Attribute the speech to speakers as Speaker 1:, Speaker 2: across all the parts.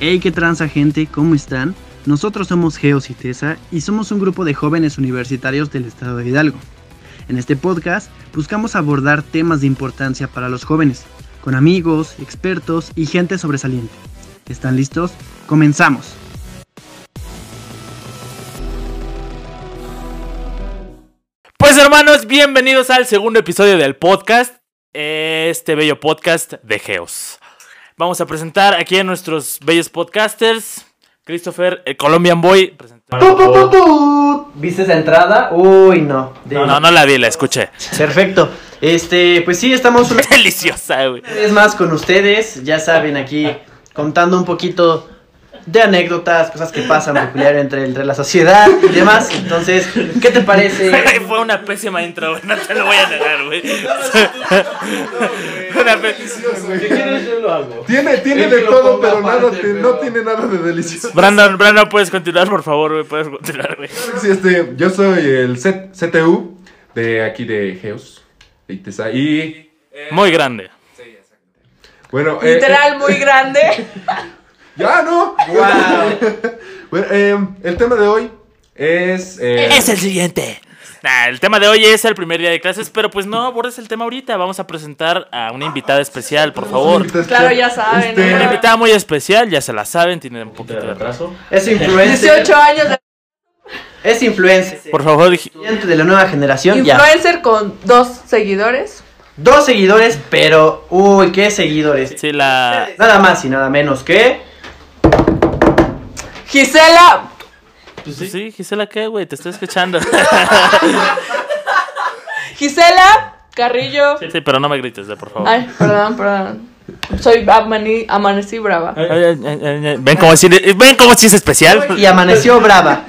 Speaker 1: Hey, qué transa gente, ¿cómo están? Nosotros somos Geos y Tesa y somos un grupo de jóvenes universitarios del estado de Hidalgo. En este podcast buscamos abordar temas de importancia para los jóvenes, con amigos, expertos y gente sobresaliente. ¿Están listos? ¡Comenzamos!
Speaker 2: Pues hermanos, bienvenidos al segundo episodio del podcast, este bello podcast de Geos. Vamos a presentar aquí a nuestros bellos podcasters, Christopher, el Colombian Boy. presentado-
Speaker 3: Tu, tu, tu, tu. ¿Viste esa entrada? Uy, no. De-
Speaker 2: No, no, no la vi, la escuché.
Speaker 3: Perfecto. Este, pues sí, estamos una
Speaker 2: Deliciosa, güey.
Speaker 3: vez más con ustedes. Ya saben, aquí contando un poquito de anécdotas, cosas que pasan peculiar entre, entre la sociedad y demás. Entonces, ¿qué te parece?
Speaker 2: Fue una pésima intro, güey, no te lo voy a negar, güey. Una pe-
Speaker 4: Tiene, tiene
Speaker 5: Él
Speaker 4: de
Speaker 5: lo
Speaker 4: todo,
Speaker 5: ponga
Speaker 4: pero nada,
Speaker 5: aparte,
Speaker 4: te-
Speaker 5: pero-
Speaker 4: no tiene nada de delicioso.
Speaker 2: Brandon, Brandon, puedes continuar, por favor, güey, puedes continuar, güey.
Speaker 4: Sí, este, yo soy el C- CTU de aquí de Geos. de Itesa, Y
Speaker 2: Muy grande.
Speaker 4: bueno, eh,
Speaker 6: Literal muy grande.
Speaker 4: ya no.
Speaker 3: Wow.
Speaker 4: Bueno, em, el tema de hoy es eh,
Speaker 2: Es el siguiente. Nah, el tema de hoy es el primer día de clases, pero pues no abordes el tema ahorita. Vamos a presentar a una invitada especial, por favor.
Speaker 6: Claro, ya saben,
Speaker 4: Este,
Speaker 2: Una
Speaker 6: ¿no?
Speaker 2: invitada muy especial, ya se la saben, tiene un poquito de retraso.
Speaker 3: Es influencer.
Speaker 6: 18 años de
Speaker 3: Es influencer.
Speaker 2: Por favor, dij-
Speaker 3: Estudiante de la nueva generación. Ya.
Speaker 6: influencer con dos seguidores.
Speaker 3: Dos seguidores, pero uy, qué seguidores.
Speaker 2: sí, la.
Speaker 3: Nada más y nada menos que
Speaker 6: Gisela,
Speaker 2: pues sí, Gisela, ¿qué, güey? Te estoy escuchando.
Speaker 6: Gisela Carrillo.
Speaker 2: Sí, pero no me grites, eh, por favor.
Speaker 6: Ay, perdón, perdón. Soy amani- amanecí brava.
Speaker 2: Ay, ay, ay, ay, ay. Ven como si, ven como si es especial.
Speaker 3: y amaneció brava.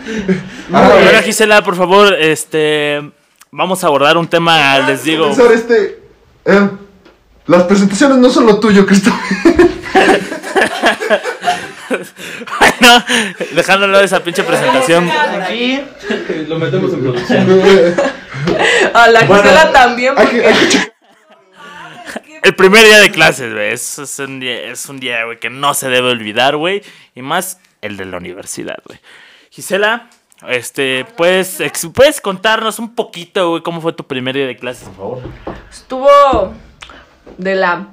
Speaker 2: Ahora, Gisela, por favor, este. Vamos a abordar un tema, les digo.
Speaker 4: pensar este. em, las presentaciones no son lo tuyo, Cristóbal.
Speaker 2: Bueno, dejándolo de esa pinche presentación.
Speaker 3: Aquí
Speaker 5: Lo metemos en producción.
Speaker 6: A la Gisela también.
Speaker 4: Hay que-
Speaker 6: porque-
Speaker 4: hay que checar.
Speaker 2: El primer día de clases, güey. Es, es un día, es un día, güey, que no se debe olvidar, güey. Y más el de la universidad, güey. Gisela, este, puedes, ex- puedes contarnos un poquito, güey, cómo fue tu primer día de clases, por favor.
Speaker 6: Estuvo de la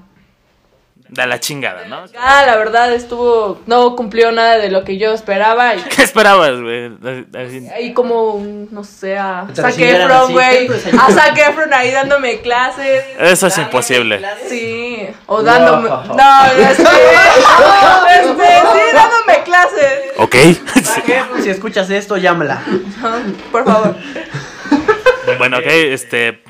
Speaker 2: De la chingada, ¿no?
Speaker 6: Ah, la verdad estuvo no cumplió nada de lo que yo esperaba y,
Speaker 2: ¿Qué esperabas, güey? Así-
Speaker 6: y como un, no sé a
Speaker 3: Te
Speaker 6: Zac
Speaker 3: recibieron
Speaker 6: Efron,
Speaker 3: así,
Speaker 6: güey,
Speaker 3: ¿qué te
Speaker 6: a Zac Efron ahí dándome clases.
Speaker 2: Eso es imposible.
Speaker 6: Sí, o dándome.
Speaker 3: No.
Speaker 6: No, ya sé. No, este, sí, dándome clases.
Speaker 2: Ok.
Speaker 3: si escuchas esto, llámala.
Speaker 6: Por favor.
Speaker 2: bueno, ok, este.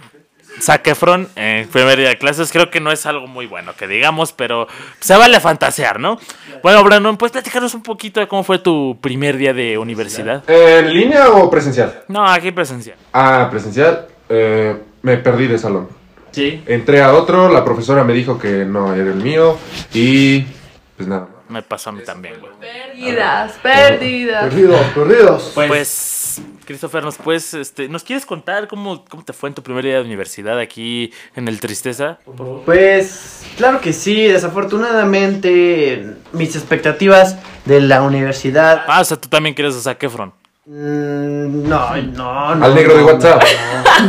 Speaker 2: Zac Efron, eh, primer día de clases, creo que no es algo muy bueno que digamos, pero se vale fantasear, ¿no? Bueno, Brandon, ¿puedes platicarnos un poquito de cómo fue tu primer día de universidad?
Speaker 4: ¿En línea o presencial?
Speaker 2: No, aquí presencial.
Speaker 4: Ah, presencial. eh, me perdí de salón.
Speaker 2: Sí.
Speaker 4: Entré a otro, la profesora me dijo que no era el mío y pues nada.
Speaker 2: Me pasó a mí también, güey.
Speaker 6: Pérdidas, pérdidas.
Speaker 4: Perdidos, perdidos.
Speaker 2: Pues, Christopher, ¿nos, puedes, este, ¿nos quieres contar cómo, cómo te fue en tu primer día de universidad aquí en el Tristeza?
Speaker 3: Pues claro que sí, desafortunadamente mis expectativas de la universidad...
Speaker 2: Ah, o sea, tú también quieres a Zac Efron.
Speaker 3: Mm, No, no, no.
Speaker 4: Al negro de
Speaker 3: no,
Speaker 4: WhatsApp.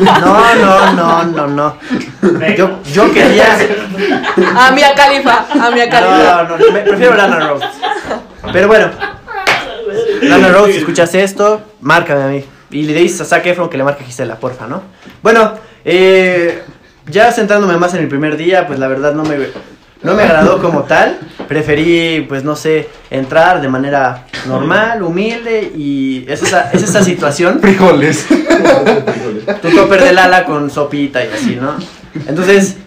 Speaker 3: No, no, no, no, no. Yo, yo quería...
Speaker 6: A mi Califa, a mi Califa.
Speaker 3: No, no, no, me- prefiero Lana Rhodes. Pero bueno. Lana Rhodes, si escuchas esto, márcame a mí. Y le dices a Zac Efron que le marque a Gisela, porfa, ¿no? Bueno, eh, ya centrándome más en el primer día, pues la verdad no me, no me agradó como tal. Preferí, pues no sé, entrar de manera normal, humilde y es esa, es esa situación
Speaker 4: Frijoles.
Speaker 3: tu topper del ala con sopita y así, ¿no? Entonces,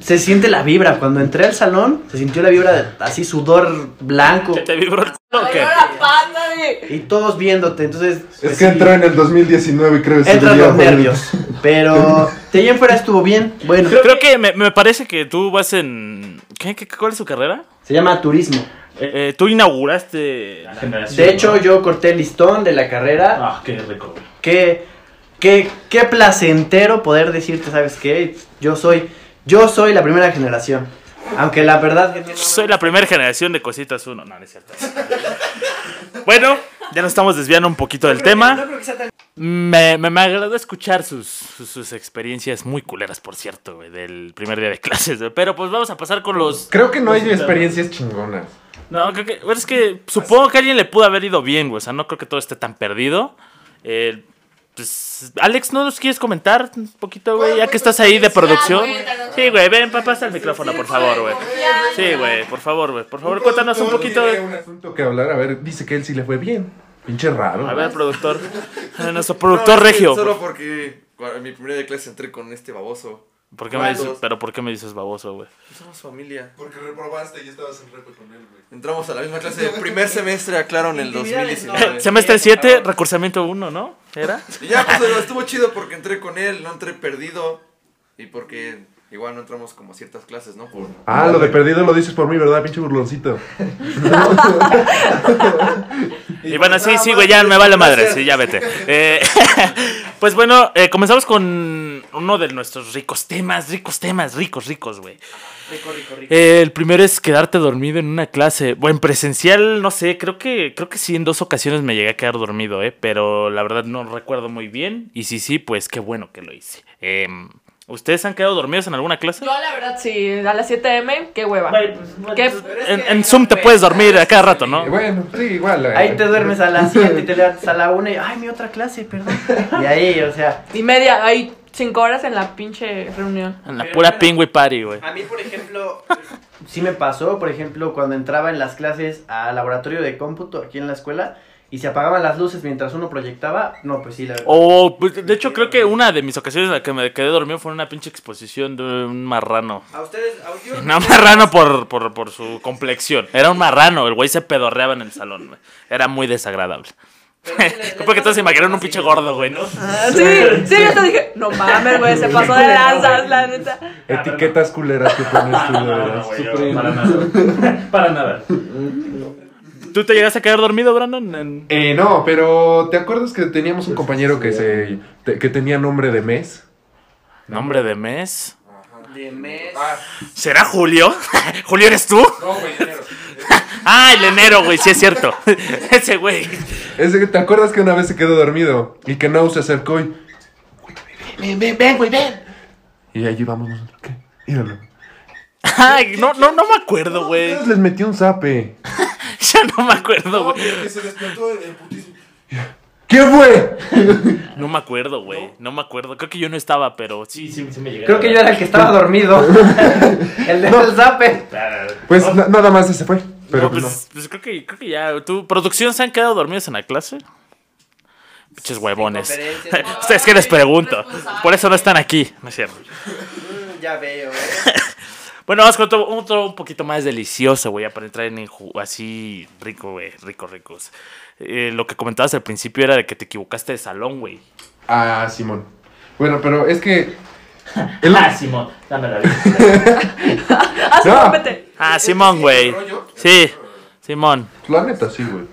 Speaker 3: se siente la vibra. Cuando entré al salón, se sintió la vibra de así, sudor blanco.
Speaker 2: ¿Te vibró el culo o qué?
Speaker 6: pata de.
Speaker 3: Y todos viéndote. Entonces,
Speaker 4: Es
Speaker 3: pues, sí,
Speaker 4: que entró en el 2019 y creo que
Speaker 3: entran
Speaker 4: se
Speaker 3: los nervios. Pero, de ahí en fuera estuvo bien. Bueno,
Speaker 2: Creo que me, me parece que tú vas en... ¿Qué, qué- cuál es su carrera?
Speaker 3: se llama turismo.
Speaker 2: Eh, tú inauguraste...
Speaker 3: De hecho, yo corté el listón de la carrera.
Speaker 5: Ah, qué rico.
Speaker 3: Qué, qué, qué placentero poder decirte, ¿sabes qué? Yo soy, yo soy la primera generación. Aunque la verdad.
Speaker 2: Soy la primera generación de cositas uno. No, no es cierto. bueno, ya nos estamos desviando un poquito del tema. Me, me, me agradó escuchar sus, sus, sus experiencias muy culeras, por cierto, güey, del primer día de clases. güey. Pero pues vamos a pasar con los...
Speaker 4: Creo que no hay experiencias chingonas.
Speaker 2: No, creo que, es que supongo que a alguien le pudo haber ido bien, güey. O sea, no creo que todo esté tan perdido. Eh, pues, Alex, ¿no nos quieres comentar un poquito, güey? pues, Ya que estás ahí de producción. Sí, güey, ven, pa- pasa el micrófono, por favor, güey. Sí, güey, por favor, güey. Por favor, cuéntanos un poquito.
Speaker 4: Tiene un asunto que hablar, a ver, dice que él sí le fue bien. Pinche raro.
Speaker 2: A ver, productor. A Nuestro productor regio.
Speaker 7: Solo porque cua- en mi primera de clase entré con este baboso.
Speaker 2: ¿Por qué me dices,
Speaker 7: ¿Cuántos?
Speaker 2: pero ¿por qué me dices baboso, güey?
Speaker 7: Somos familia.
Speaker 8: Porque reprobaste y estabas en reto con él, güey.
Speaker 7: Entramos a la misma clase de primer semestre, aclaro, en el
Speaker 3: Intimidades, no.
Speaker 7: 2019.
Speaker 2: Semestre 7, recursamiento 1, ¿no? ¿Era?
Speaker 7: Y ya, pues pero estuvo chido porque entré con él, no entré perdido. Y porque igual no entramos como a ciertas clases, ¿no? Por...
Speaker 4: Ah, lo de perdido lo dices por mí, ¿verdad, pinche burloncito?
Speaker 2: Y bueno, sí, sí, güey, ya me vale madre, sí, ya vete. Eh, pues bueno, eh, comenzamos con uno de nuestros ricos temas, ricos temas, ricos, ricos, güey. Eh, el primero es quedarte dormido en una clase. Bueno, presencial, no sé, creo que, creo que sí, en dos ocasiones me llegué a quedar dormido, eh, pero la verdad no recuerdo muy bien. Y sí, sí, pues qué bueno que lo hice. Eh, ¿Ustedes han quedado dormidos en alguna clase?
Speaker 6: Yo, la verdad, sí, a las 7 m, qué hueva.
Speaker 2: pues,
Speaker 6: Qué-
Speaker 2: En, en Zoom te puedes dormir a cada rato, ¿no?
Speaker 4: Bueno, sí, igual. eh.
Speaker 3: Ahí te duermes a las 7 y te levantas a la 1 y. ¡Ay, mi otra clase, perdón! Y ahí, o sea.
Speaker 6: Y media, hay 5 horas en la pinche reunión.
Speaker 2: En la pura pingüe party, güey.
Speaker 3: A mí, por ejemplo, sí me pasó, por ejemplo, cuando entraba en las clases al laboratorio de cómputo aquí en la escuela y se apagaban las luces mientras uno proyectaba, no, pues sí, la verdad.
Speaker 2: O, pues, de hecho, creo que una de mis ocasiones en la que me quedé dormido fue en una pinche exposición de un marrano.
Speaker 3: A ustedes, a yo-
Speaker 2: No, marrano por, por, por su complexión. Era un marrano, el güey se pedorreaba en el salón, güey. Era muy desagradable. Porque todos se imaginaron un pinche gordo, güey, ¿no?
Speaker 6: Ah, sí, sí, yo te dije, no mames, güey, se pasó de lanzas, la neta.
Speaker 4: Etiquetas culeras que pones tú, de veras.
Speaker 5: para nada. Para nada.
Speaker 2: ¿Tú te llegaste a quedar dormido, Brandon? En-
Speaker 4: Eh, no, pero ¿te acuerdas que teníamos un compañero que se te- que tenía nombre de mes?
Speaker 2: ¿Nombre de mes?
Speaker 3: De mes.
Speaker 9: Ah,
Speaker 2: ¿Será Julio? ¿Julio eres tú?
Speaker 8: No, güey, dinero.
Speaker 2: Ah, el enero, güey, sí es cierto. Ese güey.
Speaker 4: Es de que te acuerdas que una vez se quedó dormido y que no se acercó y. Ven, ven, ven, güey, ven. Y allí vamos nosotros. ¿Qué? Míralo.
Speaker 2: Ay, no, no, no me acuerdo, güey.
Speaker 4: Entonces les metí un zape.
Speaker 2: Ya no me acuerdo,
Speaker 8: No,
Speaker 2: güey.
Speaker 8: pero que se despertó en el putísimo.
Speaker 4: ¿Qué fue?
Speaker 2: No me acuerdo, güey. No me acuerdo. Creo que yo no estaba, pero sí.
Speaker 5: Sí, sí, sí me llegué.
Speaker 3: Creo que yo era el que estaba dormido. el de el zape.
Speaker 4: Pues na- nada más ese fue. Pero
Speaker 2: No, pues, pues creo que, creo que ya. ¿Tu producción se han quedado dormidos en la clase? Pinches huevones.
Speaker 3: conferencias.
Speaker 2: Ustedes que les pregunto. Por eso no están aquí, ¿no es cierto?
Speaker 3: Mm, Ya veo, ¿eh?
Speaker 2: Bueno, vamos con otro, otro un poquito más delicioso, güey. ya Para entrar en el ju- así rico, güey. Rico, ricos. Eh, lo que comentabas al principio era de que te equivocaste de salón, güey.
Speaker 4: Ah, Simón. Bueno, pero es que. el-
Speaker 5: Simón, dame la
Speaker 6: Ah, sí,
Speaker 4: No.
Speaker 6: vete.
Speaker 2: Ah, Simón, güey. Sí, Simón.
Speaker 4: Pues, La neta, sí, güey.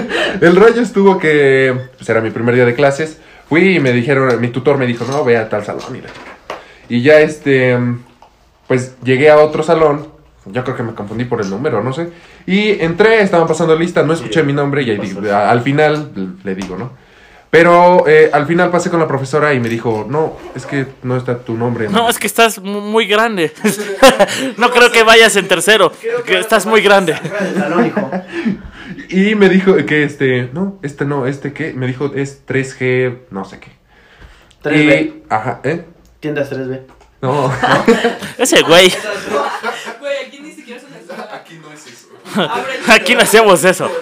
Speaker 4: el rollo estuvo que. Pues era mi primer día de clases. Fui y me dijeron, mi tutor me dijo, no, ve a tal salón, mira. Y ya este. mm, Pues llegué a otro salón. Yo creo que me confundí por el número, no sé. Y entré, estaban pasando lista, no escuché mi nombre y ahí di- a- al final le digo, ¿no? Pero eh, al final pasé con la profesora y me dijo, no, es que no está tu nombre. en-
Speaker 2: No, es que estás mu- muy grande. no creo que vayas en tercero. Que estás muy grande.
Speaker 3: El salón, hijo.
Speaker 4: Y me dijo que este, no, este no, este qué, me dijo es 3G, no sé qué.
Speaker 3: 3B.
Speaker 4: Y- ajá, ¿eh?
Speaker 3: Tiendas 3B.
Speaker 4: No,
Speaker 2: Ese güey.
Speaker 6: Güey, aquí ni siquiera son las
Speaker 8: Aquí no es eso.
Speaker 2: Aquí no hacemos eso.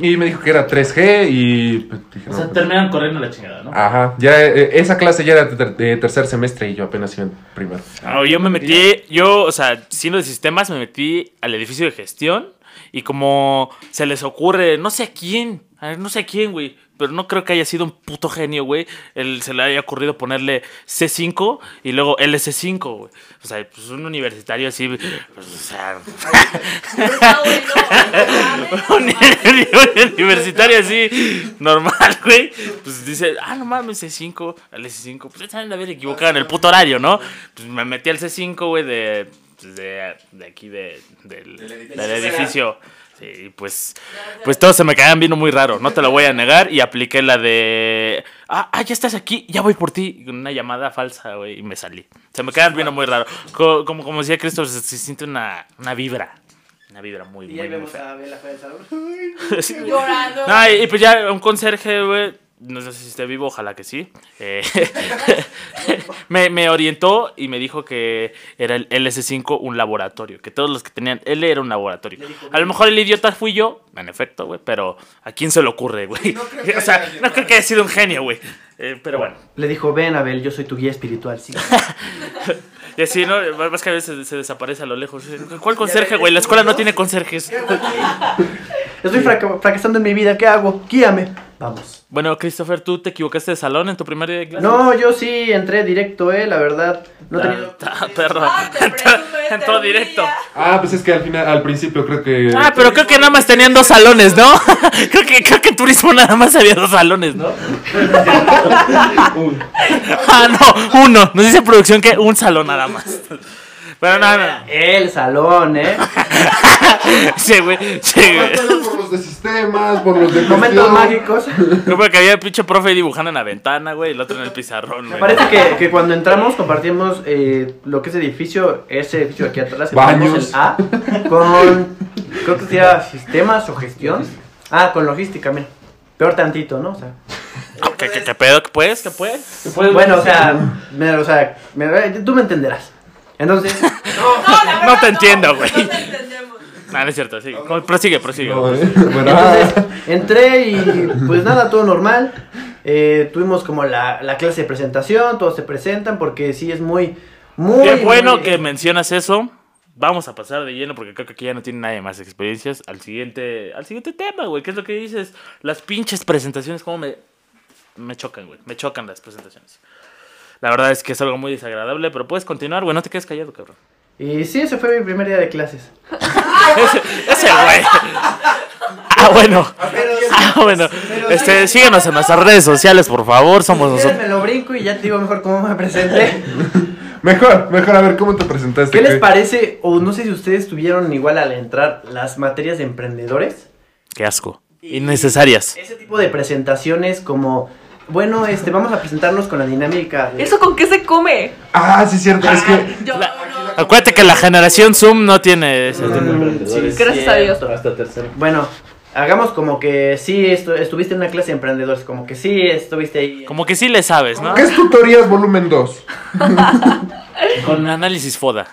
Speaker 4: y me dijo que era 3G y pues, dije,
Speaker 5: O
Speaker 4: no,
Speaker 5: sea,
Speaker 4: pues,
Speaker 5: terminan corriendo la chingada, ¿no?
Speaker 4: ajá, ya eh, esa clase ya era de, ter- de tercer semestre y yo apenas iba en primero.
Speaker 2: No, yo me metí, yo, o sea, siendo de sistemas, me metí al edificio de gestión y como se les ocurre, no sé a quién, a no sé a quién, güey, pero no creo que haya sido un puto genio, güey, el, se le haya ocurrido ponerle C5 y luego LC5, güey. O sea, pues un universitario así, pues, o sea, un, un universitario así, normal, güey, pues dice, ah, no mames, C5, al C5, pues ya saben de haber equivocado en el puto horario, ¿no? Pues me metí al C5, güey, de pues, de, de aquí de- del,
Speaker 8: Del edificio.
Speaker 2: del edificio. Sí, y pues, pues todos se me caían vino muy raro, no te lo voy a negar. Y apliqué la de, ah, ah, ya estás aquí, ya voy por ti. Una llamada falsa, güey, y me salí. Se me quedan vino muy raro. Co- Como, como decía Cristo, se, se siente una, una vibra. Una vibra muy,
Speaker 3: Y ahí
Speaker 2: muy, muy
Speaker 3: vemos
Speaker 2: fea.
Speaker 3: a Bella fuera del salón.
Speaker 2: Sí.
Speaker 6: Llorando.
Speaker 2: No, y, y pues ya un conserje, güey. No sé si esté vivo, ojalá que sí. eh, me, me orientó y me dijo que era el LS5 un laboratorio. Que todos los que tenían L era un laboratorio. A lo mejor el idiota fui yo, en efecto, güey. Pero ¿a quién se le ocurre, güey?
Speaker 8: No creo que
Speaker 2: o sea,
Speaker 8: haya
Speaker 2: no creo que haya sido un genio, güey. Eh, pero bueno.
Speaker 3: Le dijo, ven Abel, yo soy tu guía espiritual, sí.
Speaker 2: Y así, ¿no? Más que a veces se desaparece a lo lejos. ¿Cuál conserje, güey? La escuela no tiene conserjes.
Speaker 3: Estoy fraca- fracasando en mi vida, ¿qué hago? Guíame. Vamos.
Speaker 2: Bueno, Christopher, ¿tú te equivocaste de salón en tu primer día de clase?
Speaker 3: No, yo sí entré directo, eh, la verdad. No he tenido...
Speaker 2: Ta- ta- perro.
Speaker 6: Ah, te presumes,
Speaker 2: En
Speaker 6: te
Speaker 2: todo
Speaker 6: humillas.
Speaker 2: directo.
Speaker 4: Ah, pues es que al final, al principio creo que.
Speaker 2: Ah, pero creo que nada más tenían dos salones, ¿no? creo que creo que en turismo nada más había dos salones, ¿no? ah, no, uno. Nos dice producción que un salón nada más. Pero nada, no,
Speaker 3: El salón, eh.
Speaker 2: Sí, güey. Sí, güey.
Speaker 4: Mátalo por los de sistemas, por los de
Speaker 3: Momentos
Speaker 4: gestión.
Speaker 3: mágicos.
Speaker 2: Yo creo que había el pinche profe dibujando en la ventana, güey, y el otro en el pizarrón, güey.
Speaker 3: Parece que, que cuando entramos compartimos eh, lo que es edificio, ese edificio de aquí atrás, entramos
Speaker 4: Baños.
Speaker 3: el A, con, creo que sería sistemas o gestión. Ah, con logística, mira. Peor tantito, ¿no? O sea,
Speaker 2: Ah, ¿Qué, qué, qué pedo? ¿Qué puedes? ¿Qué puedes?
Speaker 3: bueno, o sea, me- o sea me- tú me entenderás. Entonces,
Speaker 6: No, la
Speaker 2: No
Speaker 6: verdad,
Speaker 2: te entiendo, güey.
Speaker 6: No te entendemos.
Speaker 2: No, no es cierto, sí. Con- Prosigue, prosigue.
Speaker 4: No, eh, bueno,
Speaker 3: entonces
Speaker 4: ah,
Speaker 3: entré y pues nada, todo normal. Eh, tuvimos como la, la clase de presentación, todos se presentan porque sí es muy, muy...
Speaker 2: Qué bueno
Speaker 3: muy-
Speaker 2: que mencionas eso. Vamos a pasar de lleno porque creo que aquí ya no tiene nadie más experiencias al siguiente al siguiente tema, güey, ¿Qué es lo que dices. Las pinches presentaciones cómo me me chocan, güey. Me chocan las presentaciones. La verdad es que es algo muy desagradable, pero puedes continuar, güey, no te quedes callado, cabrón.
Speaker 3: Y sí, ese fue mi primer día de clases.
Speaker 2: Ese güey. Ah, bueno. Ah, bueno. Este, síguenos en nuestras redes sociales, por favor. Somos
Speaker 3: Si quieres me
Speaker 2: nosotros.
Speaker 3: lo brinco y ya te digo mejor cómo me presenté.
Speaker 4: mejor, mejor, a ver cómo te presentaste.
Speaker 3: ¿Qué les
Speaker 4: güey?
Speaker 3: parece? O no sé si ustedes tuvieron igual al entrar las materias de emprendedores.
Speaker 2: Qué asco. Innecesarias.
Speaker 3: Ese tipo de presentaciones como, bueno, este, vamos a presentarnos con la dinámica. de-
Speaker 6: ¿Eso con qué se come?
Speaker 4: Ah, sí, cierto, es que.
Speaker 6: Yo no.
Speaker 2: Acuérdate que la generación Zoom no tiene ese tipo de-
Speaker 3: Mm, sí,
Speaker 6: Gracias a Dios.
Speaker 3: cierto.
Speaker 5: Hasta tercero.
Speaker 3: Bueno, hagamos como que sí estu- estuviste en una clase de emprendedores, como que sí estuviste ahí.
Speaker 2: Como que sí le sabes, ¿no?
Speaker 4: ¿Qué es tutorías volumen 2?
Speaker 2: Con análisis foda.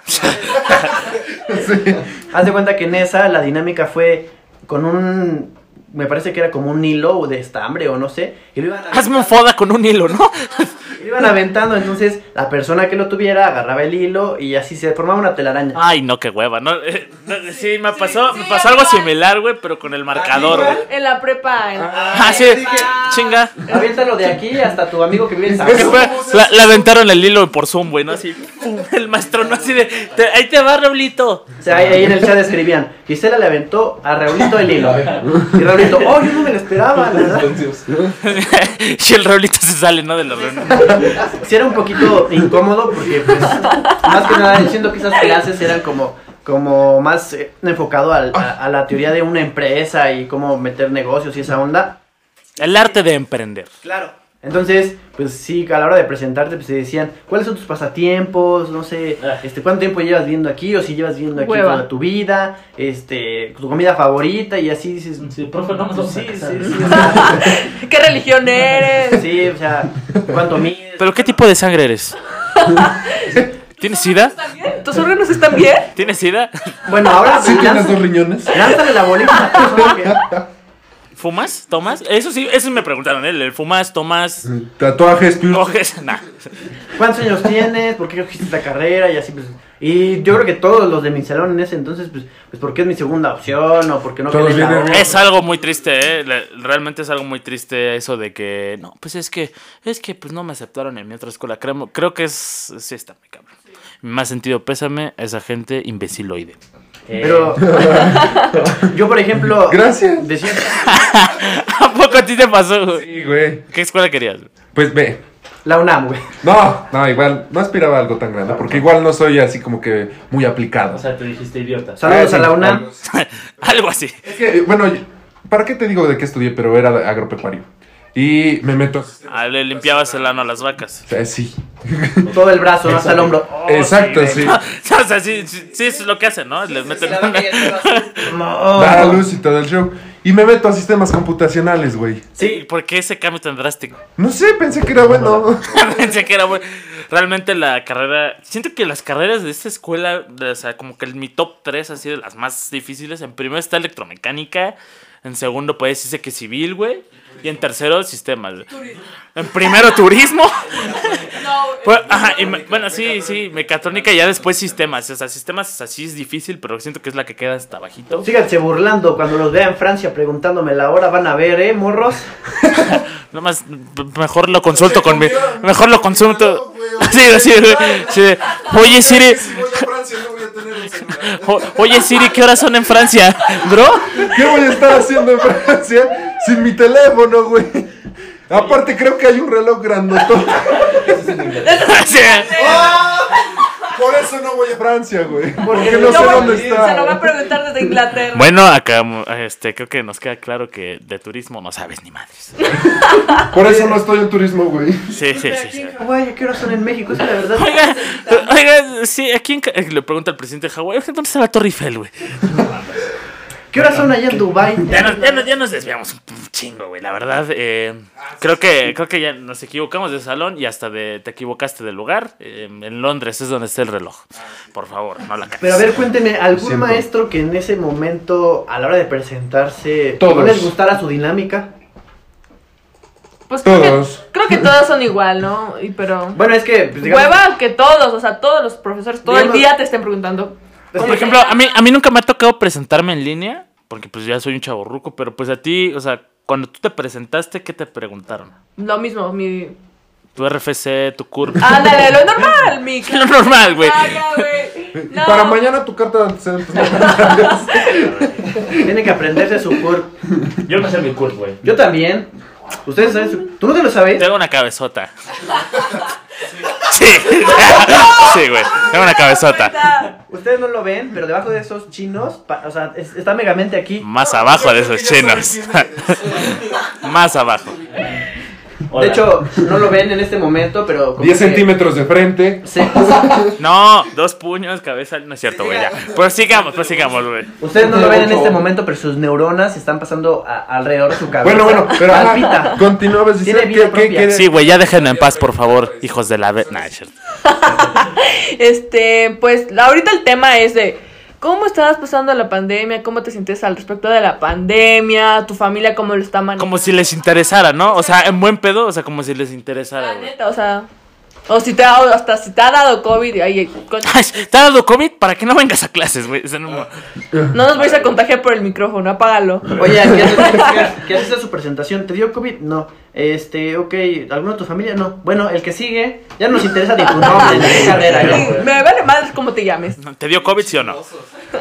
Speaker 3: Haz de cuenta que en esa la dinámica fue con un, me parece que era como un hilo de estambre o no sé, y lo iban a-
Speaker 2: Hazme un foda con un hilo, ¿no?
Speaker 3: Y lo iban aventando, entonces la persona que lo tuviera agarraba el hilo y así se formaba una telaraña.
Speaker 2: Ay, no, qué hueva, ¿no? Eh, no, Sí, me pasó,
Speaker 6: sí,
Speaker 2: me pasó algo
Speaker 6: igual.
Speaker 2: similar, güey, pero con el marcador, güey.
Speaker 6: En la prepa. En
Speaker 2: Ah, sí, chinga.
Speaker 3: Aviéntalo de aquí hasta tu amigo que vive en San
Speaker 2: ¿Qué fue? La, le aventaron el hilo por Zoom, güey, ¿no? Así, pum, el maestro, ¿no? Así de, te- ahí te va, Raulito.
Speaker 3: O sea, ahí, ahí en el chat escribían, Gisela le aventó a Raulito el hilo. Y Raulito, oh, yo no me lo esperaba, la verdad.
Speaker 2: y el Raulito se sale, ¿no? De la reunión.
Speaker 3: Sí era un poquito incómodo porque, pues, más que nada, siento que esas clases eran como, como más eh, enfocado al- a, a la teoría de una empresa y cómo meter negocios y esa onda.
Speaker 2: El arte de emprender.
Speaker 3: Claro. Entonces, pues sí, a la hora de presentarte, pues te decían, ¿cuáles son tus pasatiempos? No sé,
Speaker 5: Ah.
Speaker 3: este, ¿cuánto tiempo llevas viendo aquí? O si llevas viendo aquí
Speaker 6: Hueva.
Speaker 3: toda tu vida, este, tu comida favorita, y así dices, pues,
Speaker 5: Sí, profe, no nos vamos a
Speaker 3: sí, sí,
Speaker 5: casar.
Speaker 3: sí, o sea,
Speaker 6: ¿Qué religión eres?
Speaker 3: sí, o sea, ¿cuánto mides?
Speaker 2: ¿Pero qué tipo de sangre eres? ¿Tienes sida?
Speaker 6: ¿Están bien? ¿Tus órganos están bien?
Speaker 2: ¿Tienes sida?
Speaker 3: Bueno, ahora
Speaker 4: ¿Sí
Speaker 3: pues,
Speaker 4: tienes
Speaker 3: lánz-
Speaker 4: dos riñones?
Speaker 3: lánzale la bolita a la persona que-
Speaker 2: ¿Fumas? ¿Tomas? Eso sí, eso me preguntaron, ¿eh? ¿El ¿Fumas? ¿Tomas?
Speaker 4: Tatuajes,
Speaker 6: Mm.
Speaker 4: piercing.
Speaker 2: ¿Coges? Nah.
Speaker 3: ¿Cuántos años tienes? ¿Por qué cogiste esta carrera? Y así, pues. Y yo creo que todos los de mi salón en ese entonces, pues, pues porque es mi segunda opción o porque no
Speaker 4: Todos
Speaker 3: quedé en la
Speaker 4: bien
Speaker 3: otra.
Speaker 4: nerviosos.
Speaker 2: Es algo muy triste, ¿eh? Le- Realmente es algo muy triste eso de que, no, pues es que, es que pues no me aceptaron en mi otra escuela. Creo, creo que es, sí está muy cabrón. Mi más sentido pésame a esa gente imbeciloide.
Speaker 3: Pero. yo, por ejemplo.
Speaker 4: Gracias.
Speaker 3: Decía.
Speaker 2: ¿A poco a ti te pasó? güey?
Speaker 4: Sí, güey.
Speaker 2: ¿Qué escuela querías?
Speaker 4: Pues ve,
Speaker 3: La UNAM, güey.
Speaker 4: No, no, igual, no aspiraba a algo tan grande, porque igual no soy así como que muy aplicado.
Speaker 5: O sea, te dijiste idiota.
Speaker 3: Saludos a la UNAM.
Speaker 2: Algo así.
Speaker 4: Es que, bueno, yo- ¿para qué te digo de qué estudié? Pero era agropecuario. Y me meto... O
Speaker 2: Ah, le limpiabas el ano a las vacas.
Speaker 4: sea, sí.
Speaker 3: Todo el brazo, hasta el hombro.
Speaker 5: Oh,
Speaker 4: Exacto, sí.
Speaker 2: o sea, sí, sí, sí, es lo que hacen, ¿no? Les meten una-
Speaker 3: No.
Speaker 4: Da la luz y todo el show. Y me meto a sistemas computacionales, güey.
Speaker 2: Sí, ¿por qué ese cambio tan drástico?
Speaker 4: No sé, pensé que era bueno.
Speaker 2: Pensé que era bueno. Realmente la carrera. Siento que las carreras de esta escuela, de- o sea, como que mi top 3 ha sido las más difíciles. En primero está electromecánica. En segundo, puede decirse que civil, güey. Y en tercero, sistemas. güey. En primero, turismo.
Speaker 6: No,
Speaker 2: Pues, ajá, y me- bueno, sí, sí, mecatrónica y ya después sistemas. O sea, sistemas así es difícil, pero siento que es la que queda hasta bajito.
Speaker 3: Síganse burlando cuando los vea en Francia preguntándome la hora. Van a ver, ¿eh, morros?
Speaker 2: Nada más, m- mejor lo consulto con mi. Mejor lo consulto.
Speaker 8: güey.
Speaker 2: Sí, sí, güey, sí. Oye, Siri.
Speaker 8: Si voy a Francia no voy a tener un celular.
Speaker 2: O- oye Siri, ¿qué horas son en Francia? ¿Bro?
Speaker 4: ¿Qué voy a estar haciendo en Francia sin mi teléfono, güey? Aparte creo que hay un reloj grandotote
Speaker 2: Sí.
Speaker 4: Por eso no voy a Francia, güey. Porque
Speaker 6: No,
Speaker 4: no sé
Speaker 6: bueno,
Speaker 4: dónde está.
Speaker 6: Se lo va a preguntar desde Inglaterra.
Speaker 2: Bueno, acá este, creo que nos queda claro que de turismo no sabes ni madres.
Speaker 4: Por eso no estoy en turismo, güey.
Speaker 2: Sí, sí, sí. sí.
Speaker 3: Guay, ¿a qué horas son en México? Es que la verdad.
Speaker 2: Oiga, oiga, sí, aquí en Ca- eh, le pregunta al presidente de Hawái, "Oiga, ¿dónde está la Torre Eiffel, güey?
Speaker 3: ¿Qué horas son allá en Dubai?
Speaker 2: Ya nos, ya nos- ya nos desviamos un p- chingo, güey. La verdad, eh, creo que creo que ya nos equivocamos de salón y hasta de, te equivocaste del lugar. Eh, en Londres es donde está el reloj. Por favor, no la cagues.
Speaker 3: Pero a ver, cuénteme, ¿algún
Speaker 4: Siempre.
Speaker 3: maestro que en ese momento, a la hora de presentarse, no
Speaker 4: Todos.
Speaker 3: les gustara su dinámica?
Speaker 6: pues creo que,
Speaker 4: Todos.
Speaker 6: creo que todas son igual, ¿no? Y pero.
Speaker 3: Bueno, es que, pues, digamos,
Speaker 6: Hueva que todos, o sea, todos los profesores todo el
Speaker 3: Digamos-
Speaker 6: día te estén preguntando.
Speaker 3: es
Speaker 2: Por
Speaker 3: que-
Speaker 2: ejemplo, a mí, a mí nunca me ha tocado presentarme en línea, porque pues ya soy un chaborruco, pero pues a ti, o sea, cuando tú te presentaste, ¿qué te preguntaron?
Speaker 6: Lo mismo, mi.
Speaker 2: Tu RFC, tu curva.
Speaker 6: Ándale, lo normal, mi.
Speaker 2: Lo normal, güey.
Speaker 6: Caga, güey.
Speaker 4: Y
Speaker 6: No.
Speaker 4: para mañana tu carta de antecedentes no
Speaker 3: tiene que aprenderse su curso.
Speaker 5: Yo no sé mi curso, güey.
Speaker 3: Yo también. Ustedes saben su... ¿Tú no te lo sabes?
Speaker 2: Tengo una cabezota. Sí. Sí, güey. Tengo una cabezota.
Speaker 6: Cuenta.
Speaker 3: Ustedes no lo ven, pero debajo de esos chinos, pa- o sea, es- está megamente
Speaker 5: Mm,
Speaker 3: aquí.
Speaker 2: Más abajo de esos
Speaker 8: Creo que ya
Speaker 2: chinos.
Speaker 8: sabes quién eres.
Speaker 2: Más abajo.
Speaker 5: Hola.
Speaker 3: De hecho, no lo ven en este momento, pero... como
Speaker 4: 10
Speaker 3: que-
Speaker 4: centímetros de frente.
Speaker 3: Sí.
Speaker 2: No, dos puños, cabeza. No es cierto, güey. Ya. Prosigamos, prosigamos, güey.
Speaker 3: Ustedes no lo ven en
Speaker 4: Ocho.
Speaker 3: este momento, pero sus neuronas están pasando a- alrededor de su cabeza.
Speaker 4: Bueno, bueno, pero ajá,
Speaker 3: Palpita.
Speaker 4: continuabas
Speaker 3: Tiene
Speaker 4: diciendo que,
Speaker 3: vida
Speaker 4: que-
Speaker 3: propia.
Speaker 4: que-
Speaker 2: Sí, güey, ya déjenme en paz, por favor, hijos de la vez. Nah, es cierto.
Speaker 6: Este, pues la- ahorita el tema es de cómo estabas pasando la pandemia, cómo te sientes al respecto de la pandemia, tu familia cómo lo está manejando.
Speaker 2: Como si les interesara, ¿no? O sea, en buen pedo, o sea, como si les interesara,
Speaker 6: La
Speaker 2: güey.
Speaker 6: neta, o sea, o si te ha, hasta si te ha dado COVID, ay, con-
Speaker 2: Ay, ¿Te ha dado COVID? ¿Para que no vengas a clases, güey? O sea, no
Speaker 6: Ah.
Speaker 2: mo-
Speaker 6: no nos vais a contagiar por el micrófono, apágalo.
Speaker 3: Oye, ¿qué haces, qué haces de su presentación? ¿Te dio COVID? No. Este, ok, ¿alguno de tu familia? No. Bueno, el que sigue, ya no nos interesa ni tu nombre, ni tu carrera.
Speaker 6: Sí,
Speaker 3: ya.
Speaker 6: Me vale madre cómo te llames.
Speaker 2: ¿Te dio COVID, sí o no?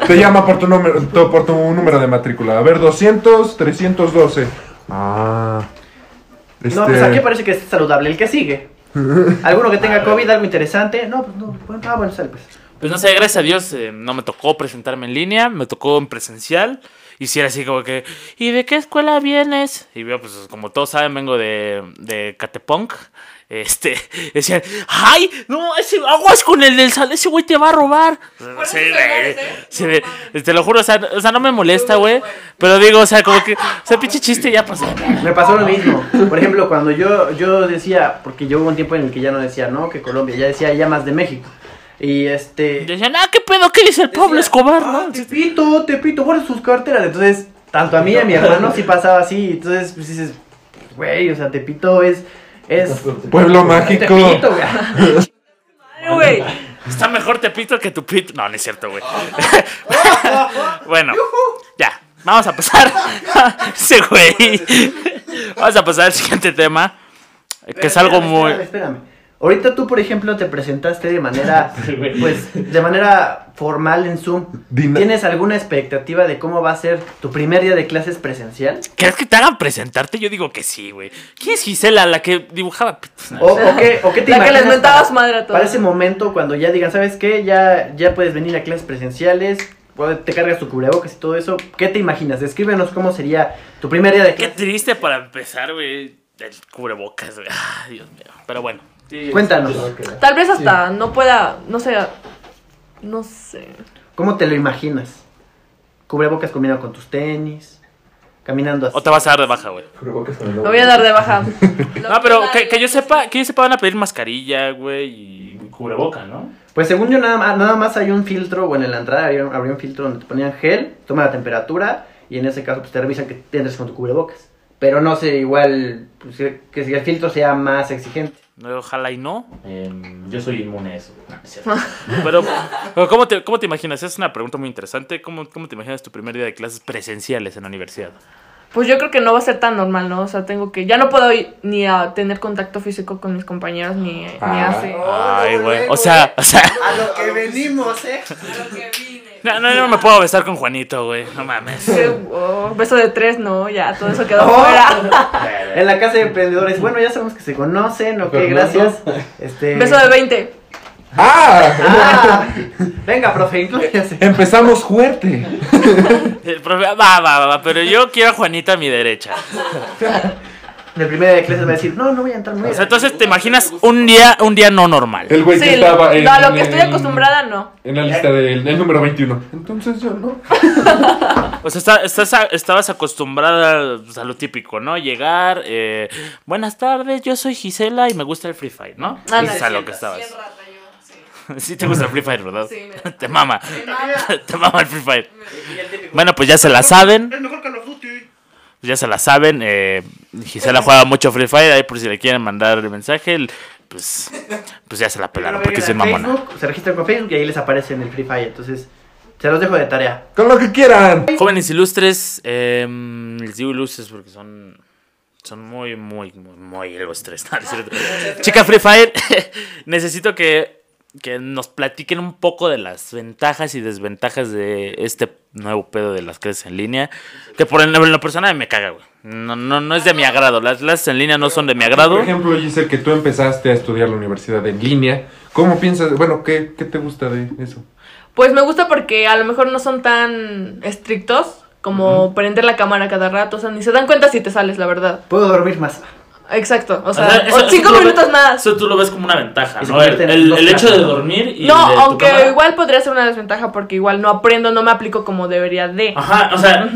Speaker 4: Te llama por tu, número, tu- por tu número de matrícula. A ver, 200, 312. Ah. este
Speaker 3: No, pues aquí parece que es saludable. El que sigue. ¿Alguno que tenga COVID? ¿Algo interesante? No, pues no. Bueno, ah, bueno, sale pues.
Speaker 2: Pues no sé, gracias a Dios eh, no me tocó presentarme en línea, me tocó en presencial. Y si era así como que, ¿y de qué escuela vienes? Y yo, pues como todos saben, vengo de, de Catepunk. Este, decían, ¡ay! No, ese aguas con el del sal, ese güey te va a robar. Pues,
Speaker 6: Por
Speaker 2: Sí,
Speaker 6: esos lugares,
Speaker 2: güey.
Speaker 6: ¿eh?
Speaker 2: Sí, de- te lo juro, o sea, o sea, no me molesta, güey. Pero digo, o sea, como que, o sea, pinche chiste ya pasó.
Speaker 3: Me pasó lo mismo. Por ejemplo, cuando yo, yo decía, porque yo hubo un tiempo en el que ya no decía, no, que Colombia, ya decía ya más de México. Y este.
Speaker 2: Decían, ah, ¿qué pedo? ¿Qué dice el Pablo Escobar,
Speaker 3: Ah,
Speaker 2: no?
Speaker 3: Tepito, Tepito, guarda sus carteras. Entonces, tanto a mí y a mi hermano sí pasaba así. Entonces, pues dices, güey, o sea, Tepito es. es
Speaker 4: Pueblo mágico.
Speaker 3: Tepito, güey.
Speaker 6: Ay, güey.
Speaker 2: Está mejor Tepito que tu pito. No, no es cierto, güey. bueno, ya. Vamos a pasar. Ese güey. Vamos a pasar al siguiente tema. Que es algo
Speaker 3: Espérame,
Speaker 2: muy.
Speaker 3: Espérame, espérame. Ahorita tú, por ejemplo, te presentaste de manera,
Speaker 5: güey.
Speaker 3: pues, de manera formal en Zoom.
Speaker 4: Dina-
Speaker 3: ¿Tienes alguna expectativa de cómo va a ser tu primer día de clases presencial?
Speaker 2: ¿Crees que te hagan presentarte? Yo digo que sí, güey. ¿Quién es Gisela, la que dibujaba? pitos?
Speaker 3: ¿O, o qué, o qué te
Speaker 6: Ah, La que
Speaker 3: imaginas
Speaker 6: les mentaba
Speaker 3: para-
Speaker 6: su madre a todos.
Speaker 3: Para ese momento, cuando ya digan, ¿sabes qué? Ya, ya puedes venir a clases presenciales, o te cargas tu cubrebocas y todo eso. ¿Qué te imaginas? Descríbenos cómo sería tu primer día de
Speaker 2: Qué
Speaker 3: clases.
Speaker 2: triste para empezar, güey. El cubrebocas, güey. Ah, Dios mío. Pero bueno.
Speaker 3: Cuéntanos,
Speaker 6: Tal vez hasta no pueda, no sé, no sé.
Speaker 3: ¿cómo te lo imaginas? Cubrebocas combinado con tus tenis, caminando así.
Speaker 2: O te vas a dar de baja, güey.
Speaker 6: Me voy a dar de baja.
Speaker 2: No, pero que, que yo sepa, que yo sepa van a pedir mascarilla, güey. y-
Speaker 5: Y cubreboca, ¿no?
Speaker 3: Pues según yo nada más, nada más hay un filtro, bueno, en la entrada había, habría un filtro donde te ponían gel, toma la temperatura y en ese caso pues te revisan que te entres con tu cubrebocas. Pero no sé, igual, pues, que si el filtro sea más exigente.
Speaker 2: no, Ojalá y no.
Speaker 5: Em, yo soy inmune a eso. No, es cierto.
Speaker 2: Pero, pero ¿cómo, te, ¿cómo te imaginas? Es una pregunta muy interesante. ¿Cómo, ¿Cómo te imaginas tu primer día de clases presenciales en la universidad?
Speaker 6: Pues yo creo que no va a ser tan normal, ¿no? O sea, tengo que. Ya no puedo ir ni a tener contacto físico con mis compañeros ni, ni
Speaker 4: Ah.
Speaker 6: hace.
Speaker 2: Oh, Ay, güey. O sea, o sea.
Speaker 3: A lo que venimos, eh.
Speaker 2: No, no, no me puedo besar con Juanito, güey. No mames.
Speaker 6: Qué- oh, beso de tres, no, ya, todo eso quedó
Speaker 3: Oh.
Speaker 6: fuera.
Speaker 3: En la casa de emprendedores, bueno, ya sabemos que se conocen, ok,
Speaker 4: Fernando.
Speaker 3: gracias. Este...
Speaker 6: Beso de 20.
Speaker 4: ¡Ah!
Speaker 3: Ah, venga, profe, incluyase.
Speaker 4: Empezamos fuerte.
Speaker 2: El profe, Eh, va, va, va, va, pero yo quiero a Juanita a mi derecha.
Speaker 3: El primer día de clases va a decir, no, no voy a entrar, no voy a
Speaker 2: O sea,
Speaker 3: entrar".
Speaker 2: Pues entonces te imaginas un día, un día no normal.
Speaker 4: El güey que
Speaker 6: Sí,
Speaker 4: Pues estaba
Speaker 6: no,
Speaker 4: en,
Speaker 6: a lo que estoy
Speaker 4: en-
Speaker 6: acostumbrada, no.
Speaker 4: En la lista del el número 21. Entonces yo no.
Speaker 2: O sea, está- estás a- estabas acostumbrada pues, a lo típico, ¿no? Llegar, eh, buenas tardes, yo soy Gisela y me gusta el Free Fire, ¿no?
Speaker 6: Ah,
Speaker 2: Eso es a lo que estabas. Sí te gusta el Free Fire, ¿verdad?
Speaker 6: Sí, me-
Speaker 2: Te mama. Te mama el Free Fire. Bueno, pues ya se la saben. Pues ya se la saben. eh, Gisela juega mucho Free Fire. Ahí por si le quieren mandar el mensaje, el- pues, pues ya se la pelaron porque es
Speaker 3: Agregan a
Speaker 2: mamona.
Speaker 3: Facebook, se registran con Facebook y ahí les aparece en el Free Fire. Entonces, se los dejo de tarea.
Speaker 4: Con lo que quieran.
Speaker 2: Jóvenes ilustres, eh, les digo ilustres porque son son muy, muy, muy, muy ilustres. ¿no? Es cierto. Chica Free Fire, necesito que, que nos platiquen un poco de las ventajas y desventajas de este nuevo pedo de las clases en línea. Que por el, en lo personal me caga, güey. No, no, no es de mi agrado. Las clases en línea no son de mi agrado.
Speaker 4: Por ejemplo, Giselle, que tú empezaste a estudiar la universidad en línea. ¿Cómo piensas? Bueno, ¿qué, qué te gusta de eso?
Speaker 6: Pues me gusta porque a lo mejor no son tan estrictos como prender la cámara cada rato. O sea, ni se dan cuenta si te sales, la verdad.
Speaker 3: Puedo dormir más.
Speaker 6: Exacto. O
Speaker 2: O
Speaker 6: sea,
Speaker 2: sea, eso-
Speaker 6: o
Speaker 2: eso
Speaker 6: cinco
Speaker 2: tú lo ves-
Speaker 6: minutos más.
Speaker 2: Eso tú lo ves como una ventaja,
Speaker 3: Y se
Speaker 2: ¿no? El,
Speaker 3: convierten en
Speaker 2: el-
Speaker 3: dos
Speaker 2: el hecho de
Speaker 3: clases, ¿no?
Speaker 2: dormir y
Speaker 6: No,
Speaker 2: de tu
Speaker 6: aunque
Speaker 2: cámara.
Speaker 6: igual podría ser una desventaja porque igual no aprendo, no me aplico como debería de.
Speaker 2: Ajá, o sea,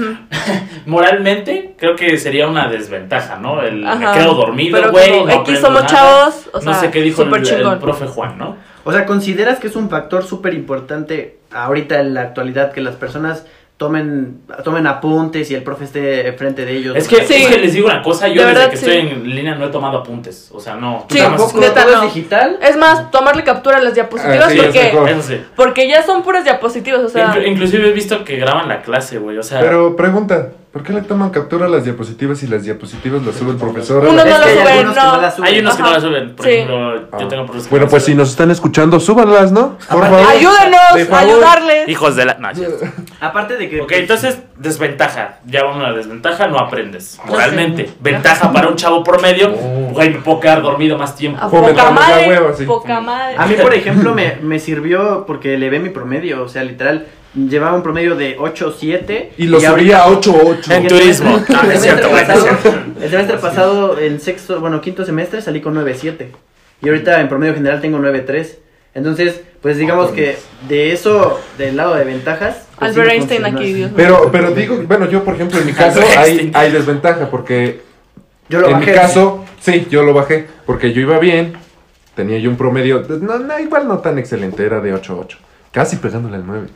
Speaker 2: moralmente creo que sería una desventaja, ¿no? El Ah, me
Speaker 6: Ajá.
Speaker 2: quedo dormido,
Speaker 6: Pero
Speaker 2: güey.
Speaker 6: como
Speaker 2: No
Speaker 6: X
Speaker 2: aprendo
Speaker 6: somos
Speaker 2: nada.
Speaker 6: chavos, o
Speaker 2: no
Speaker 6: sea,
Speaker 2: sé qué dijo el,
Speaker 6: súper
Speaker 2: el
Speaker 6: chingón.
Speaker 2: profe Juan, ¿no?
Speaker 3: O sea, ¿consideras que es un factor súper importante ahorita en la actualidad que las personas tomen, tomen apuntes y el profe esté frente de ellos?
Speaker 2: Es que,
Speaker 6: Sí.
Speaker 2: es que les digo una cosa, yo
Speaker 6: De
Speaker 2: desde
Speaker 6: verdad,
Speaker 2: que
Speaker 6: sí.
Speaker 2: estoy en línea no he tomado apuntes, o sea, no.
Speaker 6: Sí,
Speaker 2: nada más
Speaker 3: tampoco
Speaker 6: neta,
Speaker 3: todo
Speaker 6: no.
Speaker 3: es digital.
Speaker 6: Es más, tomarle captura a las diapositivas
Speaker 4: Ah, sí, es
Speaker 6: porque,
Speaker 4: mejor.
Speaker 2: Eso sí.
Speaker 6: porque ya son puras diapositivas, o sea,
Speaker 2: Inclu- inclusive he visto que graban la clase, güey, o sea,
Speaker 4: Pero pregunta, ¿por qué le toman captura a las diapositivas y las diapositivas las sube el profesor?
Speaker 6: uno
Speaker 3: Es
Speaker 6: no
Speaker 3: que
Speaker 6: lo
Speaker 3: hay
Speaker 6: sube,
Speaker 3: algunos que no
Speaker 6: no.
Speaker 3: la suben.
Speaker 2: hay unos que no
Speaker 6: Ajá.
Speaker 2: la suben, por
Speaker 6: Sí.
Speaker 2: ejemplo,
Speaker 4: Ah.
Speaker 2: yo tengo profesores.
Speaker 4: Bueno,
Speaker 2: que
Speaker 4: pues
Speaker 2: no
Speaker 4: si nos están escuchando, súbanlas, ¿no? Por favor. De
Speaker 6: Ayúdenos,
Speaker 4: favor.
Speaker 2: suben.
Speaker 6: ayudarles.
Speaker 2: Hijos de la... No, es cierto.
Speaker 3: Aparte de que... pues,
Speaker 2: Ok, entonces, desventaja. Ya vamos a la desventaja, no
Speaker 3: Ah,
Speaker 2: aprendes. Moralmente. Ventaja para un chavo promedio.
Speaker 3: Oh.
Speaker 2: Güey, me puedo quedar dormido más tiempo.
Speaker 6: A
Speaker 3: Ah,
Speaker 4: Joven,
Speaker 6: poca
Speaker 4: vamos, a
Speaker 6: madre,
Speaker 4: huevo, sí.
Speaker 6: poca madre.
Speaker 2: Ah,
Speaker 3: A mí, por ejemplo, me, me sirvió porque le ve mi promedio. O sea, literal, llevaba un promedio de 8 o 7.
Speaker 4: Y lo subía a 8-8.
Speaker 2: En turismo. No, no
Speaker 3: El
Speaker 2: es cierto,
Speaker 3: semestre,
Speaker 2: güey, no es
Speaker 3: pasado,
Speaker 2: cierto.
Speaker 3: el semestre pasado, en sexto, bueno, quinto semestre salí con 9.7 y ahorita en promedio general tengo 9.3. Entonces, pues digamos que de eso, del lado de ventajas... pues,
Speaker 6: Albert
Speaker 3: sí nos
Speaker 6: Einstein
Speaker 3: funcionó
Speaker 6: aquí,
Speaker 3: así.
Speaker 6: Dios mío.
Speaker 4: Pero, pero digo, bueno, yo por ejemplo en mi caso hay, hay desventaja porque
Speaker 3: Yo lo
Speaker 4: en
Speaker 3: bajé.
Speaker 4: mi caso, sí, yo lo bajé porque yo iba bien, tenía yo un promedio, no, no, igual no tan excelente, era de 8-8, casi pegándole al 9.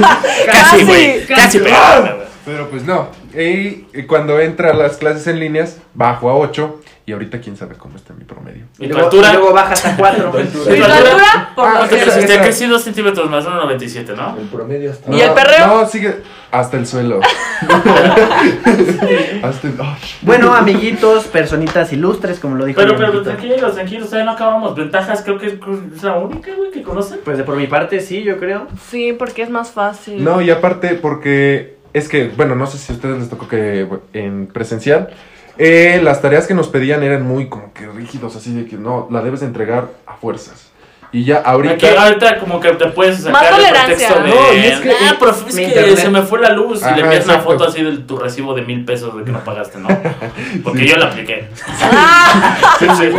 Speaker 3: Ah,
Speaker 2: Casi, güey. Casi,
Speaker 6: Casi.
Speaker 2: pero.
Speaker 4: Pero pues no, y, y cuando entra a las clases en líneas, bajo a 8 y ahorita quién sabe cómo está mi promedio.
Speaker 2: ¿Y tu
Speaker 3: luego,
Speaker 2: altura?
Speaker 3: y luego bajas a 4.
Speaker 6: Tu altura, por
Speaker 4: Ah,
Speaker 6: lo
Speaker 2: ¿Cuánto
Speaker 4: sí, sí,
Speaker 6: menos.
Speaker 2: creciste?
Speaker 4: sí.
Speaker 2: Crecí este, dos centímetros más, 1,97, ¿no?
Speaker 9: El promedio está.
Speaker 6: ¿Y el perreo?
Speaker 4: No, sigue hasta el suelo. hasta el- ay.
Speaker 3: Bueno, amiguitos, personitas ilustres, como lo dijo.
Speaker 2: Pero,
Speaker 3: mi
Speaker 2: pero
Speaker 3: amiguito.
Speaker 2: tranquilos, tranquilos, todavía no acabamos. Ventajas creo que es la única, güey, que conocen.
Speaker 3: Pues de por mi parte, sí, yo creo.
Speaker 6: Sí, porque es más fácil.
Speaker 4: No, y aparte porque es que, bueno, no sé si a ustedes les tocó que bueno, en presencial, eh, las tareas que nos pedían eran muy como que rígidos, así de que no, la debes de entregar a fuerzas. Y ya
Speaker 2: Aquí
Speaker 4: ahorita...
Speaker 2: ahorita como que te puedes sacar
Speaker 6: Más
Speaker 2: el
Speaker 6: tolerancia.
Speaker 2: pretexto de...
Speaker 4: No, y es que-
Speaker 2: ah, profe, es
Speaker 3: mi
Speaker 2: que
Speaker 3: internet".
Speaker 2: se me fue la luz
Speaker 4: Ajá,
Speaker 2: y le envías una
Speaker 4: exacto.
Speaker 2: foto así de tu recibo de mil pesos de que no pagaste, ¿no? Porque yo la apliqué.
Speaker 6: Ah,
Speaker 2: Sí, sí.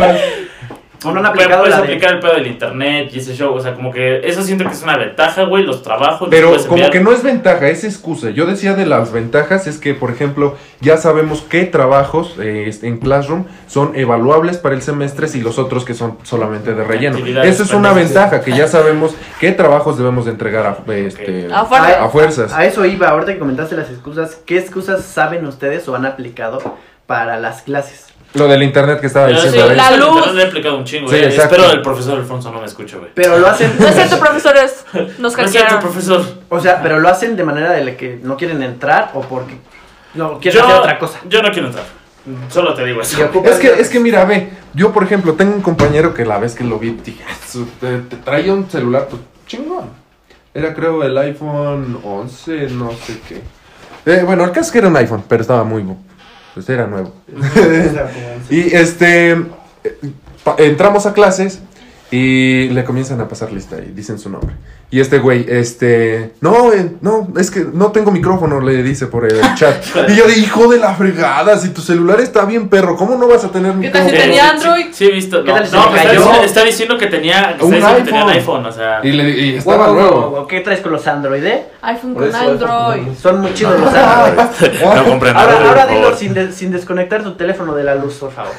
Speaker 3: O no han
Speaker 2: Pero
Speaker 3: aplicado
Speaker 2: puedes
Speaker 3: la de-
Speaker 2: aplicar el pedo del internet y ese show, o sea, como que eso siento que es una ventaja, güey, los trabajos.
Speaker 4: Pero
Speaker 2: los puedes
Speaker 4: como
Speaker 2: enviar.
Speaker 4: que no es ventaja, es excusa. Yo decía de las ventajas es que, por ejemplo, ya sabemos qué trabajos eh, en Classroom son evaluables para el semestre y los otros que son solamente de relleno.
Speaker 2: Actividades
Speaker 4: Eso es una
Speaker 2: pendientes.
Speaker 4: ventaja, que ya sabemos qué trabajos debemos de entregar a, este,
Speaker 6: A fuerza.
Speaker 4: a fuerzas.
Speaker 3: A eso iba, ahorita que comentaste las excusas, ¿qué excusas saben ustedes o han aplicado para las clases?
Speaker 4: Lo del internet que estaba
Speaker 2: Pero
Speaker 4: diciendo.
Speaker 2: sí,
Speaker 4: a ver.
Speaker 6: la
Speaker 2: el
Speaker 6: luz.
Speaker 2: internet le he aplicado un chingo,
Speaker 4: Sí,
Speaker 2: güey.
Speaker 4: exacto.
Speaker 2: Espero el profesor Alfonso no me escuche, güey.
Speaker 3: Pero lo hacen,
Speaker 6: No es cierto, profesores. Nos
Speaker 2: No es cierto,
Speaker 6: hackearon.
Speaker 2: profesor.
Speaker 3: o sea, pero lo hacen de manera de la que no quieren entrar o porque no quieren
Speaker 2: yo,
Speaker 3: hacer otra cosa.
Speaker 2: Yo no quiero entrar. Solo te digo
Speaker 3: Y
Speaker 2: eso.
Speaker 3: ocupan-
Speaker 4: Pues Es que, es que mira, ve, yo por ejemplo tengo un compañero que la vez que lo vi, dije, "Ah, su- te, te traía un celular, pues chingón. Era creo el iPhone 11, no sé qué. Eh, bueno, el caso es que era un iPhone, pero estaba muy, bu- pues era nuevo. y este, eh, pa- entramos a clases y le comienzan a pasar lista y dicen su nombre. Y este güey, este, no, eh, no, es que no tengo micrófono, le dice por el chat. y yo de hijo de la fregada, si tu celular está bien, perro, ¿cómo no vas a tener
Speaker 6: ¿Qué tal
Speaker 4: micrófono?
Speaker 6: si tenía Android?
Speaker 2: Sí, he visto.
Speaker 3: ¿Qué
Speaker 2: No,
Speaker 3: tal si se
Speaker 2: no,
Speaker 3: le
Speaker 2: pero está
Speaker 3: cayó?
Speaker 2: diciendo, está diciendo que tenía, está
Speaker 4: Un
Speaker 2: diciendo que tenía un
Speaker 4: iPhone.
Speaker 2: iPhone, o sea.
Speaker 4: Y, le, y
Speaker 3: Guau,
Speaker 4: estaba
Speaker 3: guau,
Speaker 4: nuevo.
Speaker 3: guau, guau, ¿Qué traes con los Android, eh?
Speaker 6: iPhone
Speaker 9: Por
Speaker 6: con
Speaker 9: eso iPhone
Speaker 6: Android.
Speaker 3: Son muy chidos los
Speaker 4: Ah,
Speaker 3: Android.
Speaker 2: No comprendo.
Speaker 3: Ahora, ahora dilo sin, de- sin desconectar tu teléfono de la luz, por favor.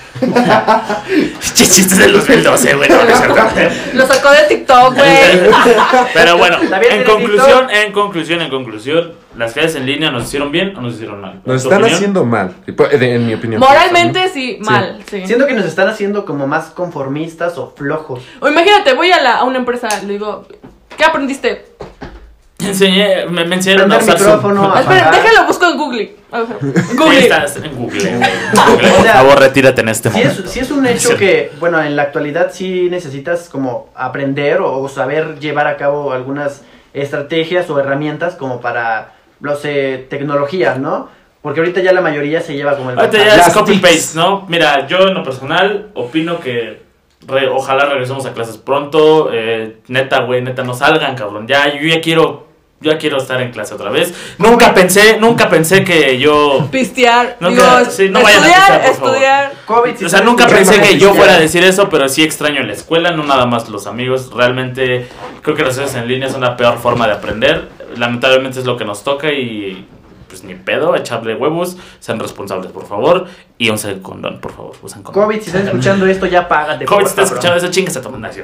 Speaker 2: Chistes del 2012, güey. No, no es cierto.
Speaker 6: Lo sacó de TikTok, güey.
Speaker 2: Pero bueno,
Speaker 3: También tiene
Speaker 2: en conclusión, en conclusión, en conclusión, las clases en línea nos hicieron bien o nos hicieron mal.
Speaker 4: Nos
Speaker 2: ¿Tu
Speaker 4: están
Speaker 2: opinión?
Speaker 4: haciendo mal, de- en mi opinión.
Speaker 6: Moralmente sí, mal, sí.
Speaker 3: Siento que nos están haciendo como más conformistas o flojos.
Speaker 6: O imagínate, voy a, la, a una empresa, le digo, ¿qué aprendiste?
Speaker 2: Enseñé, me, me enseñaron a
Speaker 3: Prender
Speaker 2: usar
Speaker 3: micrófono,
Speaker 2: Zoom.
Speaker 3: a
Speaker 6: Espera,
Speaker 3: apagar.
Speaker 6: déjalo, busco en Google. A ver,
Speaker 2: Ahí
Speaker 6: Google.
Speaker 2: estás en Google. Google.
Speaker 3: O sea,
Speaker 2: retírate en este
Speaker 3: Si es, sí es un hecho
Speaker 2: Sí.
Speaker 3: que, bueno, en la actualidad sí necesitas como aprender o, o saber llevar a cabo algunas estrategias o herramientas como para, no sé, tecnologías, ¿no? Porque ahorita ya la mayoría se lleva como el...
Speaker 2: Ahorita
Speaker 3: WhatsApp.
Speaker 2: ya es
Speaker 4: Las
Speaker 2: copy
Speaker 4: tics.
Speaker 2: paste, ¿no? Mira, yo en lo personal opino que re- ojalá regresemos a clases pronto. eh, neta, güey, neta, no salgan, cabrón. Ya, yo ya quiero, yo ya quiero estar en clase otra vez. Nunca pensé, nunca pensé que yo.
Speaker 6: Pistear,
Speaker 2: No,
Speaker 6: digo,
Speaker 2: claro, sí, no vayan a
Speaker 6: estudiar,
Speaker 2: pistear, por favor.
Speaker 6: estudiar.
Speaker 3: COVID, si
Speaker 2: O sea,
Speaker 3: estás
Speaker 2: nunca
Speaker 3: escuchando,
Speaker 2: pensé que yo
Speaker 3: oficial.
Speaker 2: fuera a decir eso, pero sí extraño la escuela, no nada más los amigos. Realmente creo que las clases en línea son la peor forma de aprender. Lamentablemente es lo que nos toca y pues ni pedo, echarle huevos, sean responsables, por favor, y usen condón, por favor, usen condón.
Speaker 3: COVID, si estás escuchando esto, ya págate.
Speaker 2: COVID,
Speaker 3: por
Speaker 2: si estás
Speaker 3: favor.
Speaker 2: escuchando eso, chingas a tu madre.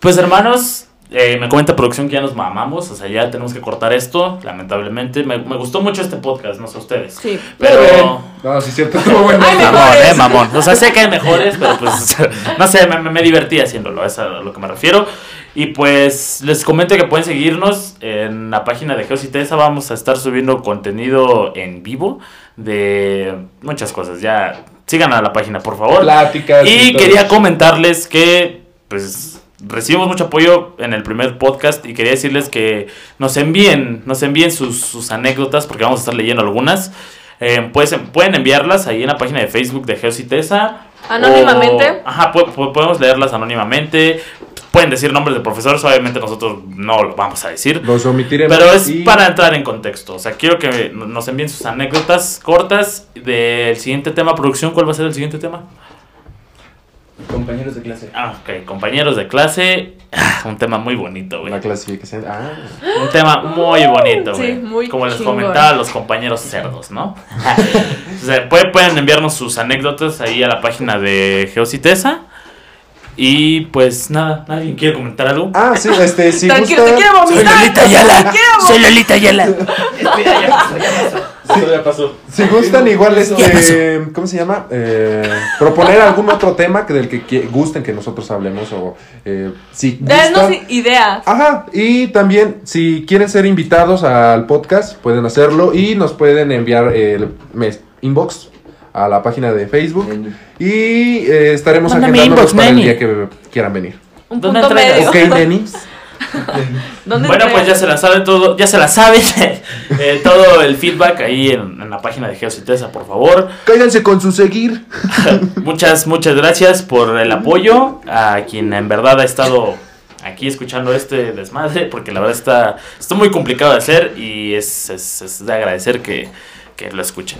Speaker 2: Pues hermanos, eh, me comenta producción que ya nos mamamos, o sea, ya tenemos que cortar esto, lamentablemente. Me, me gustó mucho este podcast, no sé ustedes.
Speaker 6: Sí.
Speaker 2: Pero...
Speaker 4: No, sí, es cierto, estuvo bueno.
Speaker 6: Ay,
Speaker 2: Mamón,
Speaker 6: mejores.
Speaker 2: eh, mamón. O sea, sé que hay mejores, pero pues, no sé, me, me- me divertí haciéndolo, es a lo que me refiero. Y pues les comento que pueden seguirnos en la página de Geocitesa. Vamos a estar subiendo contenido en vivo de muchas cosas. Ya sigan a la página, por favor.
Speaker 4: Pláticas.
Speaker 2: Y
Speaker 4: todo.
Speaker 2: quería comentarles que, pues, recibimos mucho apoyo en el primer podcast y quería decirles que nos envíen, nos envíen sus, sus anécdotas porque vamos a estar leyendo algunas. Eh, pues, pueden enviarlas ahí en la página de Facebook de Geocitesa.
Speaker 6: Anónimamente.
Speaker 2: o- ajá, po- po- podemos leerlas anónimamente. Pueden decir nombres de profesores, obviamente nosotros no lo vamos a decir.
Speaker 4: Los omitiremos.
Speaker 2: Pero es
Speaker 4: y-
Speaker 2: para entrar en contexto. O sea, quiero que nos envíen sus anécdotas cortas del siguiente tema. Producción, ¿cuál va a ser el siguiente tema?
Speaker 9: Compañeros de clase.
Speaker 2: Ah, ok, compañeros de clase. Ah, un tema muy bonito, güey.
Speaker 4: La clasificación. Ah.
Speaker 2: Un tema muy bonito,
Speaker 6: Uh, Sí,
Speaker 2: güey.
Speaker 6: muy
Speaker 2: Como les
Speaker 6: chingón.
Speaker 2: comentaba, los compañeros cerdos, ¿no? O sea, pueden, pueden enviarnos sus anécdotas ahí a la página de Geocitesa. Y pues nada, ¿alguien quiere comentar algo?
Speaker 4: Ah, sí, este, si
Speaker 6: Tranquilo,
Speaker 4: gustan-
Speaker 6: te quiero vomitar.
Speaker 2: Soy Lolita Ayala.
Speaker 6: Te quiero
Speaker 2: Soy Lolita Ayala.
Speaker 3: Espera, ya pasó, ya pasó.
Speaker 4: Sí.
Speaker 9: Eso ya pasó.
Speaker 4: Si gustan igual este, ¿cómo se llama? Eh, proponer algún otro tema que del que, qui- gusten que nosotros hablemos o eh, si
Speaker 6: Danos
Speaker 4: gustan.
Speaker 6: ideas.
Speaker 4: Ajá, y también si quieren ser invitados al podcast pueden hacerlo y nos pueden enviar el mes- inbox a la página de Facebook y eh, estaremos
Speaker 2: Mándame
Speaker 4: agendándonos
Speaker 2: inbox,
Speaker 4: para
Speaker 2: neni.
Speaker 4: el día que quieran venir.
Speaker 6: Un
Speaker 2: ¿Dónde
Speaker 6: punto
Speaker 2: entregas?
Speaker 6: medio.
Speaker 4: Ok, Neni.
Speaker 6: ¿Dónde
Speaker 2: Bueno, pues ya
Speaker 6: entregas?
Speaker 2: se la saben todo, ya se la saben eh, todo el feedback ahí en, en la página de Geocitesa, por favor.
Speaker 4: Cállense con su seguir.
Speaker 2: Muchas, muchas gracias por el apoyo a quien en verdad ha estado aquí escuchando este desmadre, porque la verdad está, está muy complicado de hacer y es, es- es de agradecer que, que lo escuchen.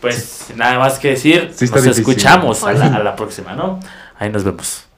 Speaker 2: Pues nada más que decir,
Speaker 4: Sí está
Speaker 2: nos
Speaker 4: difícil.
Speaker 2: escuchamos a la, a la próxima, ¿no? Ahí nos vemos.